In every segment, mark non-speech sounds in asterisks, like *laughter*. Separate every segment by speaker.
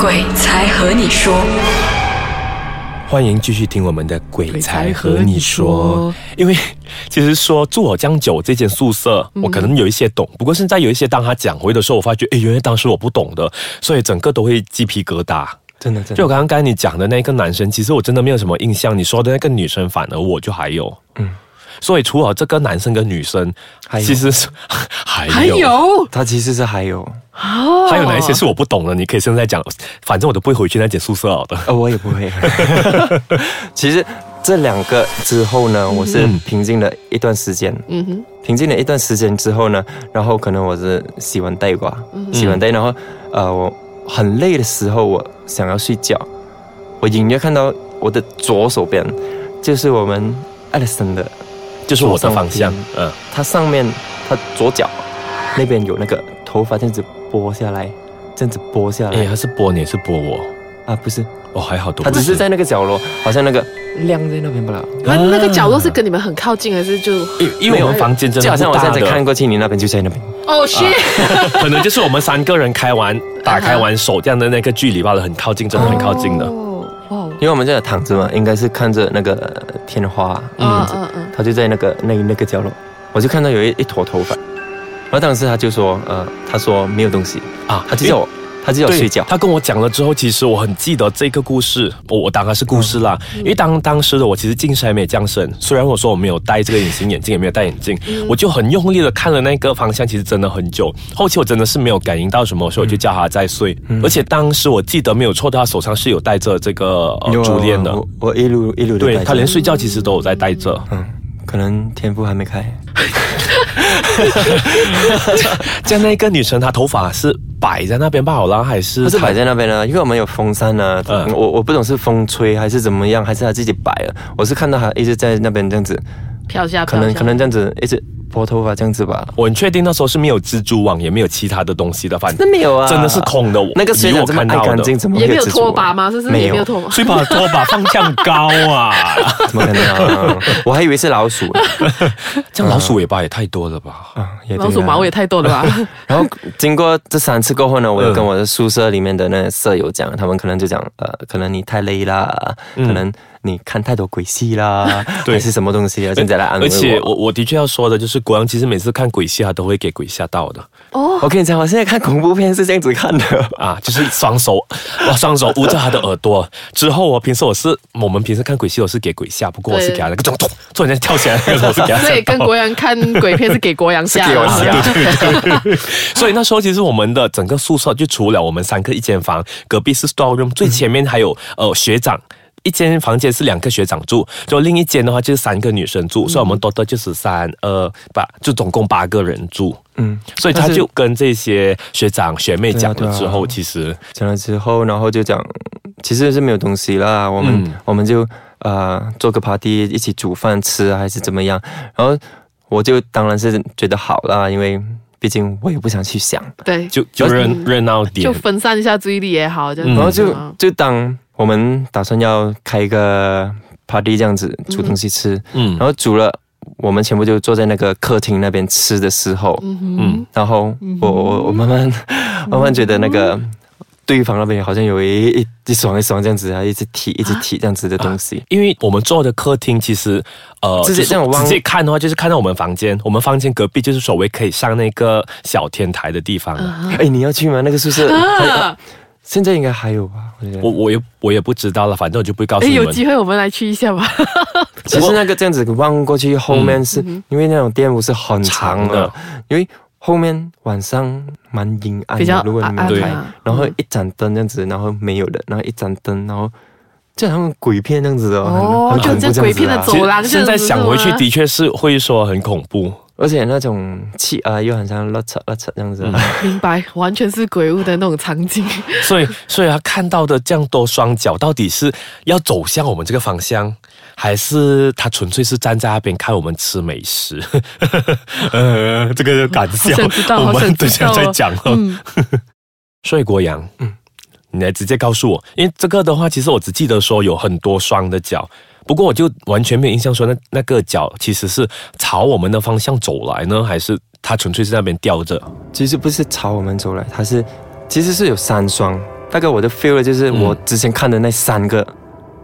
Speaker 1: 鬼才和你说。
Speaker 2: 欢迎继续听我们的《鬼才和你说》
Speaker 3: 鬼才和
Speaker 2: 因为其实说住我这样久这间宿舍，
Speaker 3: 嗯
Speaker 2: 我可能有一些懂，不过现在有一些当他讲回的时候，我发觉，诶，原来当时我不懂的，所以整个都会鸡皮疙瘩。
Speaker 3: 真的真
Speaker 2: 就
Speaker 3: 的，
Speaker 2: 我刚刚你讲的那个男生，其实我真的没有什么印象。你说的那个女生，反而我就还有，嗯。所以除了这个男生跟女生，
Speaker 3: 还有
Speaker 2: 其实是 *laughs* 还有
Speaker 3: 还有
Speaker 4: 他其实是还有，
Speaker 3: 哦
Speaker 2: 还有哪一些是我不懂的？你可以现在讲，反正我都不会回去那间宿舍了的。
Speaker 4: 呃，我也不会。 *laughs* 其实这两个之后呢，我是平静了一段时间。
Speaker 3: 嗯哼，
Speaker 4: 平静了一段时间之后呢，然后可能我是洗完带吧，洗完带，然后呃，我很累的时候，我想要睡觉，我隐约看到我的左手边就是我们 Alison 的，
Speaker 2: 就是我的方向
Speaker 4: 左上。
Speaker 2: 嗯，
Speaker 4: 它上面它左脚那边有那个头发这样子拨下来，这样子拨下来、
Speaker 2: 哎，他是播你，也是播我，
Speaker 4: 啊，不是，
Speaker 2: 哦，还好多。
Speaker 4: 它只是在那个角落，好像那个亮在那边不了。
Speaker 3: 那那个角落是跟你们很靠近，还是就
Speaker 2: 啊因因为我们房间真
Speaker 4: 就
Speaker 2: 的
Speaker 4: 好像
Speaker 2: 不
Speaker 4: 我
Speaker 2: 大
Speaker 4: 现在
Speaker 2: 的，*laughs*
Speaker 4: 看过去，你那边就在那边。
Speaker 3: 哦 shit，
Speaker 2: 可能就是我们三个人开完打开完手这样的那个距离罢了，很靠近，真的很靠近
Speaker 4: 嗯
Speaker 2: 的。
Speaker 3: 哦哇哦，
Speaker 4: 因为我们这躺着嘛，应该是看着那个天花，
Speaker 3: 嗯嗯嗯，
Speaker 4: 他就在那个那那个角落，我就看到有一一坨头发，然后当时他就说，呃，他说没有东西
Speaker 2: 啊
Speaker 4: 他就叫我，他就叫我
Speaker 2: 对，
Speaker 4: 睡觉，
Speaker 2: 他跟我讲了之后，其实我很记得这个故事，我我当然是故事啦，因为当当时的我其实近视还没有降深，虽然我说我没有戴这个隐形眼镜，也没有戴眼镜，我就很用力的看了那个方向，其实真的很久。后期我真的是没有感应到什么，所以我就叫他在睡，
Speaker 4: 嗯
Speaker 2: 而且当时我记得没有错的，他手上是有戴着这个呃
Speaker 4: 有啊
Speaker 2: 珠链的。
Speaker 4: 我我我一路一路
Speaker 2: 对
Speaker 4: 的，
Speaker 2: 他连睡觉其实都有在戴 *laughs* 着，
Speaker 4: 嗯，可能天赋还没开，
Speaker 2: 像那个女生，她头发是摆在那边罢了，还是
Speaker 4: 不是摆在那边呢，因为我们有风扇呢、
Speaker 2: 嗯
Speaker 4: 我我不懂是风吹还是怎么样，还是他自己摆了，我是看到他一直在那边这样子，
Speaker 3: 飘下
Speaker 4: 可
Speaker 3: 飘
Speaker 4: 能
Speaker 3: 下，
Speaker 4: 可能这样子一直拨头发这样子吧，
Speaker 2: 我很确定那时候是没有蜘蛛网，也没有其他的东西的，反正
Speaker 4: 那没有啊
Speaker 2: 真的是空的。我
Speaker 4: 那个学
Speaker 2: 以
Speaker 4: 长
Speaker 2: 我
Speaker 4: 这么
Speaker 2: 看
Speaker 4: 爱
Speaker 2: 到
Speaker 4: 干
Speaker 2: 的，
Speaker 4: 净，怎么
Speaker 3: 也
Speaker 4: 可
Speaker 3: 没
Speaker 4: 以
Speaker 3: 有
Speaker 4: 吃
Speaker 3: 拖
Speaker 4: 醋啊
Speaker 3: 把吗？是不是也没有拖把？
Speaker 2: 所以把拖把放这样高啊，
Speaker 4: 怎么可能、啊？我还以为是
Speaker 3: *laughs*
Speaker 4: 老鼠呢。
Speaker 2: *laughs* 这样老鼠尾巴也太多了吧？ *laughs*
Speaker 4: 啊，也对啊
Speaker 3: 老鼠毛也。太多了吧？
Speaker 4: 然后经过这三次过后呢，我有
Speaker 2: 嗯
Speaker 4: 跟我的宿舍里面的那舍友讲，他们可能就讲，呃，可能你太累啦，可能你看太多鬼戏啦，
Speaker 2: 嗯对
Speaker 4: 还是什么东西啊，现在来安慰
Speaker 2: 而且
Speaker 4: 我。
Speaker 2: 我我的确要说的就是，国阳其实每次看鬼戏，他都会给鬼吓到的
Speaker 3: 哦，
Speaker 4: 我跟你讲，我现在看恐怖片是这样子看的。
Speaker 2: 啊，就是双手， *laughs* 哇，双手捂着他的耳朵。之后我平时我是我们平时看鬼戏，我是给鬼吓，不过我是
Speaker 3: 对
Speaker 2: 给他那个咚咚，突然间跳起 *laughs* 来那个，我是给他吓到。
Speaker 3: 所以跟国阳看鬼片是给国阳吓，
Speaker 4: 是给我吓
Speaker 2: 啊 *laughs* 所以那时候其实我们的整个宿舍就除了我们三个一间房，隔壁是 store room，最前面还有呃学长。一间房间是两个学长住，就另一间的话就是三个女生
Speaker 4: 嗯
Speaker 2: 住，所以我们多多就是三二八，就总共八个人住。
Speaker 4: 嗯，
Speaker 2: 所以他
Speaker 4: 但是
Speaker 2: 就跟这些学长学妹讲
Speaker 4: 对啊
Speaker 2: 了
Speaker 4: 对啊
Speaker 2: 之后，其实
Speaker 4: 讲了之后，然后就讲，其实是没有东西啦，我们、
Speaker 2: 嗯
Speaker 4: 我们就呃做个 party，一起煮饭吃啊还是怎么样。然后我就当然是觉得好啦，因为毕竟我也不想去想。
Speaker 3: 对，
Speaker 2: 就就热热闹点
Speaker 3: 就，分散一下注意力也好，这样子。
Speaker 2: 嗯
Speaker 4: 然后就
Speaker 3: 嗯
Speaker 4: 就当我们打算要开一个 party 这样子煮东西吃，
Speaker 2: 嗯
Speaker 4: 然后煮了，我们全部就坐在那个客厅那边吃的时候，
Speaker 2: 嗯，
Speaker 4: 然后我我我慢慢慢慢觉得那
Speaker 3: 嗯
Speaker 4: 个。对方那边好像有一一一双一双这样子啊，一直踢一直踢这样子的东西，
Speaker 2: 因为我们坐的客厅其实呃
Speaker 4: 直接
Speaker 2: 就是
Speaker 4: 这样望
Speaker 2: 直接看的话，就是看到我们房间，我们房间隔壁就是所谓可以上那个小天台的地方。
Speaker 3: 嗯
Speaker 4: 哎、你要去吗？那个宿舍、
Speaker 3: 啊，
Speaker 4: 现在应该还有吧？我觉
Speaker 2: 我
Speaker 4: 得。
Speaker 2: 我也我也不知道了，反正我就不会告诉
Speaker 3: 哎，
Speaker 2: 你
Speaker 3: 有
Speaker 2: 们。
Speaker 3: 机会我们来去一下吧。
Speaker 4: 其实那个这样子望过去，后面
Speaker 3: 嗯
Speaker 4: 是、因为那种店铺是很嗯长的，
Speaker 2: 长
Speaker 4: 因为后面晚上蛮阴暗的，
Speaker 3: 比较
Speaker 4: 如果你
Speaker 3: 暗
Speaker 4: 没有开
Speaker 3: 啊，
Speaker 4: 然后一盏灯这样子，然后没有的，然后一盏灯，然后就好像鬼片这样子的
Speaker 3: 哦
Speaker 4: 很很恐
Speaker 3: 就
Speaker 4: 怖
Speaker 3: 这
Speaker 4: 这
Speaker 3: 鬼
Speaker 4: 样子
Speaker 3: 片的
Speaker 4: 啊
Speaker 2: 其
Speaker 3: 走
Speaker 2: 实
Speaker 3: 走廊
Speaker 2: 现在
Speaker 3: 这样子
Speaker 2: 想回去
Speaker 3: 是，吗
Speaker 2: 的确是会说很恐
Speaker 3: *laughs*
Speaker 2: 怖。
Speaker 4: 而且那种气啊，又很像拉扯拉扯这样
Speaker 2: 嗯
Speaker 4: 子啊。
Speaker 3: 明白，完全是鬼屋的那种场景。
Speaker 2: 所以，所以他看到的这样多双脚，到底是要走向我们这个方向，还是他纯粹是站在那边看我们吃美食？ *laughs* 呃，这个感想
Speaker 3: 好想知道
Speaker 2: 我
Speaker 3: 好
Speaker 2: 们
Speaker 3: 想
Speaker 2: 等
Speaker 3: 知
Speaker 2: 下
Speaker 3: 道哦
Speaker 2: 再讲了。
Speaker 3: 嗯，
Speaker 2: 所以国阳，嗯，你来直接告诉我，因为这个的话，其实我只记得说有很多双的脚，不过我就完全没有印象说那那个脚其实是朝我们的方向走来呢，还是它纯粹是在那边吊着？
Speaker 4: 其实不是朝我们走来，它是其实是有三双，大概我的 feel 就是
Speaker 2: 嗯
Speaker 4: 我之前看的那三个、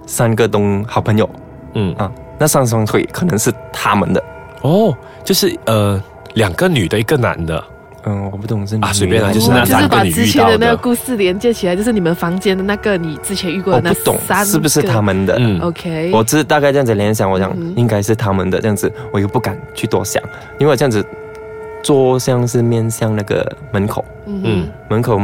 Speaker 4: 三个东好朋友
Speaker 2: 嗯，
Speaker 4: 啊，那三双腿可能是他们的。
Speaker 2: 哦，就是呃，两个女的，一个男的，
Speaker 4: 嗯，我不懂是
Speaker 2: 啊随便啦
Speaker 4: 啊，
Speaker 2: 就是
Speaker 3: 哇
Speaker 2: 那
Speaker 3: 就是
Speaker 2: 三个
Speaker 3: 把
Speaker 2: 你
Speaker 3: 之
Speaker 2: 遇
Speaker 3: 前
Speaker 2: 到
Speaker 3: 的那
Speaker 2: 的
Speaker 3: 个故事连接起来，就是你们房间的那个你之前遇过
Speaker 4: 我
Speaker 3: 的那
Speaker 4: 不懂
Speaker 3: 三个，
Speaker 4: 是不是他们的。
Speaker 2: 嗯，
Speaker 3: ？OK，
Speaker 4: 我只大概这样子联想，我想
Speaker 3: 嗯哼
Speaker 4: 应该是他们的这样子，我又不敢去多想，因为我这样子坐像是面向那个门口，
Speaker 3: 嗯
Speaker 2: 嗯
Speaker 3: 哼
Speaker 4: 门口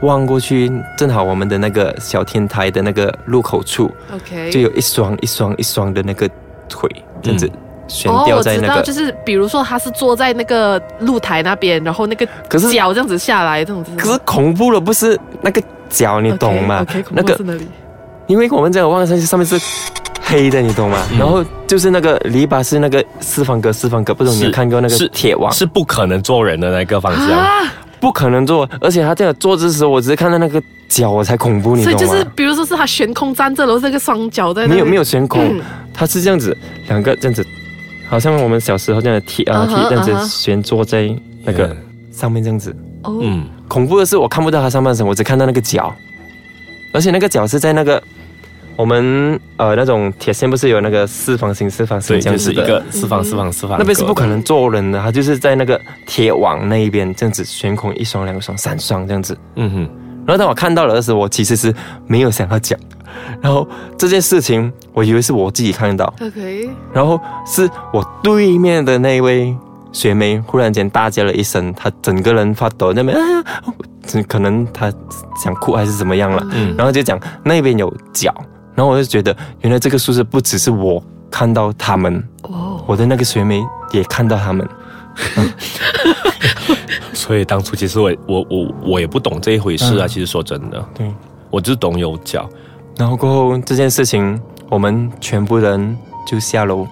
Speaker 4: 望过去，正好我们的那个小天台的那个入口处，
Speaker 3: ，OK，
Speaker 4: 就有一双一双一双的那个腿这样子悬
Speaker 3: 哦，
Speaker 4: 吊
Speaker 3: 我
Speaker 4: 在
Speaker 3: 知
Speaker 4: 那
Speaker 3: 道，
Speaker 4: 个，
Speaker 3: 就是比如说他是坐在那个露台那边，然后那个
Speaker 4: 可是
Speaker 3: 脚这样子下来，这种就是
Speaker 4: 可是恐怖的不是那个脚，你懂吗
Speaker 3: o k 恐
Speaker 4: 那
Speaker 3: 怖
Speaker 4: 个
Speaker 3: 是那里，
Speaker 4: 因为我们这个望上去上面是黑的，你懂吗？
Speaker 2: 嗯
Speaker 4: 然后就是那个篱笆是那个四方格，四方格，不懂你
Speaker 2: 是
Speaker 4: 有看过那个
Speaker 2: 是
Speaker 4: 铁网，
Speaker 2: 是不可能做人的那个方向。
Speaker 3: 啊，
Speaker 4: 不可能做。而且他这样坐姿时，我只是看到那个脚，我才恐怖，你
Speaker 3: 所
Speaker 4: 懂
Speaker 3: 以
Speaker 4: 吗？
Speaker 3: 就是比如说是他悬空站着，然后这个双脚在那
Speaker 4: 没
Speaker 3: 里
Speaker 4: 有没有悬空
Speaker 3: 嗯，
Speaker 4: 它是这样子，两个这样子，好像我们小时候这样的铁啊
Speaker 3: 嗯
Speaker 4: 铁
Speaker 3: 哼
Speaker 4: 这样
Speaker 3: 嗯
Speaker 4: 子
Speaker 3: 哼
Speaker 4: 悬坐在那个上面这样子。
Speaker 3: 哦，
Speaker 2: 嗯，
Speaker 4: 恐怖的是我看不到他上半身，我只看到那个脚，而且那个脚是在那个我们呃那种铁线不是有那个四方形四方形
Speaker 2: 对，
Speaker 4: 这
Speaker 2: 就
Speaker 4: 样子
Speaker 2: 是一
Speaker 4: 的。
Speaker 2: 个四方四方四方格的，
Speaker 4: 那边是不可能坐人的，他就是在那个铁网那一边这样子悬空一双、两双、三双这样子。
Speaker 2: 嗯哼，
Speaker 4: 然后当我看到了的时候，我其实是没有想要讲。然后这件事情，我以为是我自己看到，
Speaker 3: OK，
Speaker 4: 然后是我对面的那一位学妹忽然间大叫了一声，她整个人发抖，那边啊，只可能她想哭还是怎么样了，
Speaker 2: 嗯
Speaker 4: 然后就讲那边有脚，然后我就觉得原来这个宿舍不只是我看到他们，
Speaker 3: 哦，
Speaker 4: 我的那个学妹也看到他们，
Speaker 2: 所以当初其实我我我我也不懂这一回事啊。其实说真的，
Speaker 4: 嗯对，
Speaker 2: 我只懂有脚，
Speaker 4: 然后过后这件事情，我们全部人就下楼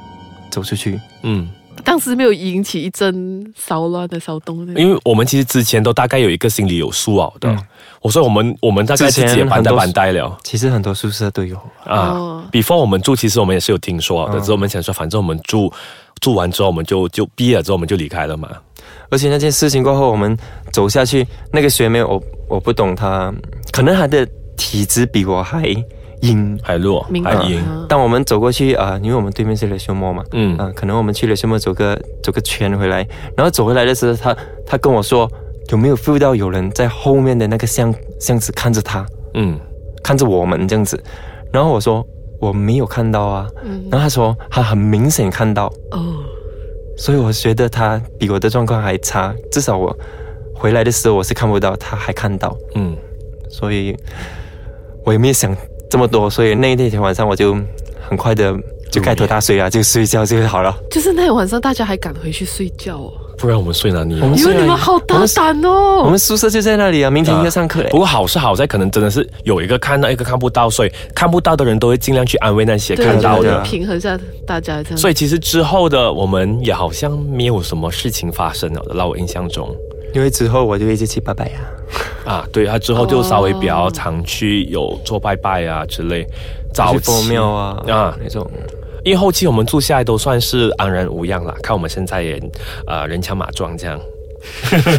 Speaker 4: 走出去，
Speaker 2: 嗯，
Speaker 3: 当时没有引起一阵骚乱的骚动
Speaker 4: 哎
Speaker 3: 的，
Speaker 2: 因为我们其实之前都大概有一个心里有数啊的
Speaker 4: 嗯，
Speaker 2: 我说我们我们大概自己
Speaker 4: 之
Speaker 2: 也
Speaker 4: 前
Speaker 2: 板
Speaker 4: 很
Speaker 2: 带
Speaker 4: 多
Speaker 2: 板带了
Speaker 4: 其实很多宿舍都有，
Speaker 2: 啊
Speaker 3: 哦。
Speaker 2: before 我们住，其实我们也是有听说好的，
Speaker 4: 嗯
Speaker 2: 之后我们想说，反正我们住住完之后，我们就就毕业了之后我们就离开了嘛。
Speaker 4: 而且那件事情过后，我们走下去，那个学妹我我不懂她，可能她的体质比我还阴。
Speaker 2: 海洛
Speaker 3: 明白
Speaker 2: 海英，
Speaker 3: 啊
Speaker 4: 当我们走过去啊、呃因为我们对面是雷修莫嘛，
Speaker 2: 嗯
Speaker 4: 啊、可能我们去雷修莫走个走个圈回来，然后走回来的时候，她她跟我说有没有 feel 到有人在后面的那个巷巷子看着她，
Speaker 2: 嗯
Speaker 4: 看着我们这样子，然后我说我没有看到啊，
Speaker 3: 嗯
Speaker 4: 然后她说她很明显看到，
Speaker 3: 哦，
Speaker 4: 所以我觉得他比我的状况还差，至少我回来的时候我是看不到，他还看到，
Speaker 2: 嗯，
Speaker 4: 所以我也没有想这么多，所以那那天晚上我就很快的就盖头大睡了，就睡觉就好了。
Speaker 3: 就是那天晚上大家还赶回去睡觉哦，
Speaker 2: 不然我们睡哪里啊？
Speaker 4: 我们
Speaker 3: 因
Speaker 4: 睡
Speaker 3: 为
Speaker 4: 哪里
Speaker 3: 你们好大胆
Speaker 2: 嗯
Speaker 4: 我
Speaker 3: 哦
Speaker 4: 们，宿舍就在那里啊，明天要上课嘞
Speaker 2: 不。过好是好在，可能真的是有一个看到，一个看不到，所以看不到的人都会尽量去安慰那些
Speaker 3: 对
Speaker 2: 看到
Speaker 3: 就
Speaker 4: 对
Speaker 2: 的
Speaker 4: 啊。
Speaker 3: 平衡一下大家这样，
Speaker 2: 所以其实之后的我们也好像没有什么事情发生了，让我印象中
Speaker 4: 因为之后我就一直去拜拜啊，
Speaker 2: 啊，对他之后就稍微比较
Speaker 3: 哦
Speaker 2: 常去有做拜拜啊之类，早
Speaker 4: 去
Speaker 2: 期
Speaker 4: 佛庙啊
Speaker 2: 啊
Speaker 4: 啊那种。
Speaker 2: 因为后期我们住下来都算是安然无恙啦，看我们现在也呃人强马壮这样，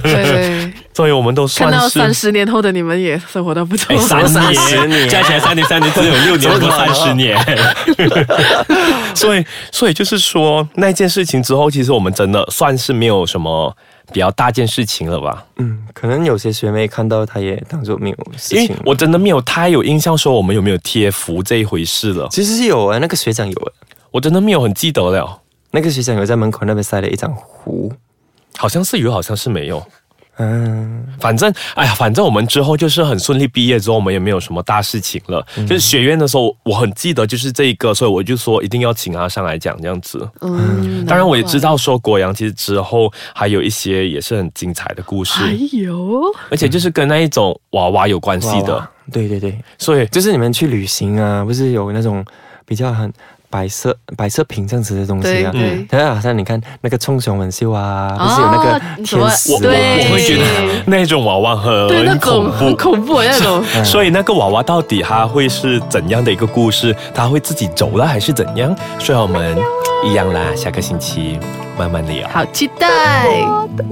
Speaker 3: 对，
Speaker 2: 所以我们都
Speaker 3: 看
Speaker 2: 算
Speaker 3: 到
Speaker 2: 是
Speaker 3: 三十年后的你们也生活的不错
Speaker 2: 哎，三
Speaker 4: 三
Speaker 2: 十
Speaker 4: 十
Speaker 2: 年，*laughs*
Speaker 4: 年
Speaker 2: 加起来三年三年只有六年，
Speaker 4: 怎
Speaker 2: 不
Speaker 4: 么可
Speaker 2: 三
Speaker 4: 能
Speaker 2: 十年。
Speaker 4: *laughs*
Speaker 2: 所以，所以就是说那件事情之后，其实我们真的算是没有什么比较大件事情了吧？
Speaker 4: 嗯，可能有些学妹看到她也当做没有事
Speaker 2: 因
Speaker 4: 情。
Speaker 2: 为我真的没有太有印象说我们有没有贴符这一回事了，
Speaker 4: 其实是有啊，那个学长有啊，
Speaker 2: 我真的没有很记得了，
Speaker 4: 那个学长有在门口那边塞了一张符。
Speaker 2: 好像是有，好像是没有。
Speaker 4: 嗯，
Speaker 2: 反正，哎呀，反正我们之后就是很顺利毕业之后，我们也没有什么大事情了。
Speaker 3: 嗯
Speaker 2: 就是学院的时候，我很记得就是这一个，所以我就说一定要请他上来讲这样子。
Speaker 3: 嗯，
Speaker 2: 当然，我也知道说国阳其实之后还有一些也是很精彩的故事，
Speaker 3: 还有
Speaker 2: 而且就是跟那一种娃娃有关系
Speaker 4: 哇
Speaker 2: 的
Speaker 4: 哇，对对对，
Speaker 2: 所以
Speaker 4: 就是你们去旅行啊，不是有那种比较很白色白色瓶这样子的东西
Speaker 3: 对
Speaker 4: 啊？
Speaker 2: 嗯
Speaker 3: 对，
Speaker 4: 然后好像你看那个冲绳纹绣啊，不是有那个
Speaker 3: 哦什么
Speaker 4: 天使
Speaker 2: 我
Speaker 4: 啊？
Speaker 2: 我
Speaker 3: 对
Speaker 2: 我会觉得那种娃娃
Speaker 3: 对那
Speaker 2: 很
Speaker 3: 种
Speaker 2: 恐
Speaker 3: 很
Speaker 2: 怖。
Speaker 3: *laughs* 恐怖的啊那种，
Speaker 4: 嗯
Speaker 2: 所以那个娃娃到底它会是怎样的一个故事？它会自己走了还是怎样？所以我们一样啦，下个星期慢慢聊。
Speaker 3: 好期待。
Speaker 1: 我的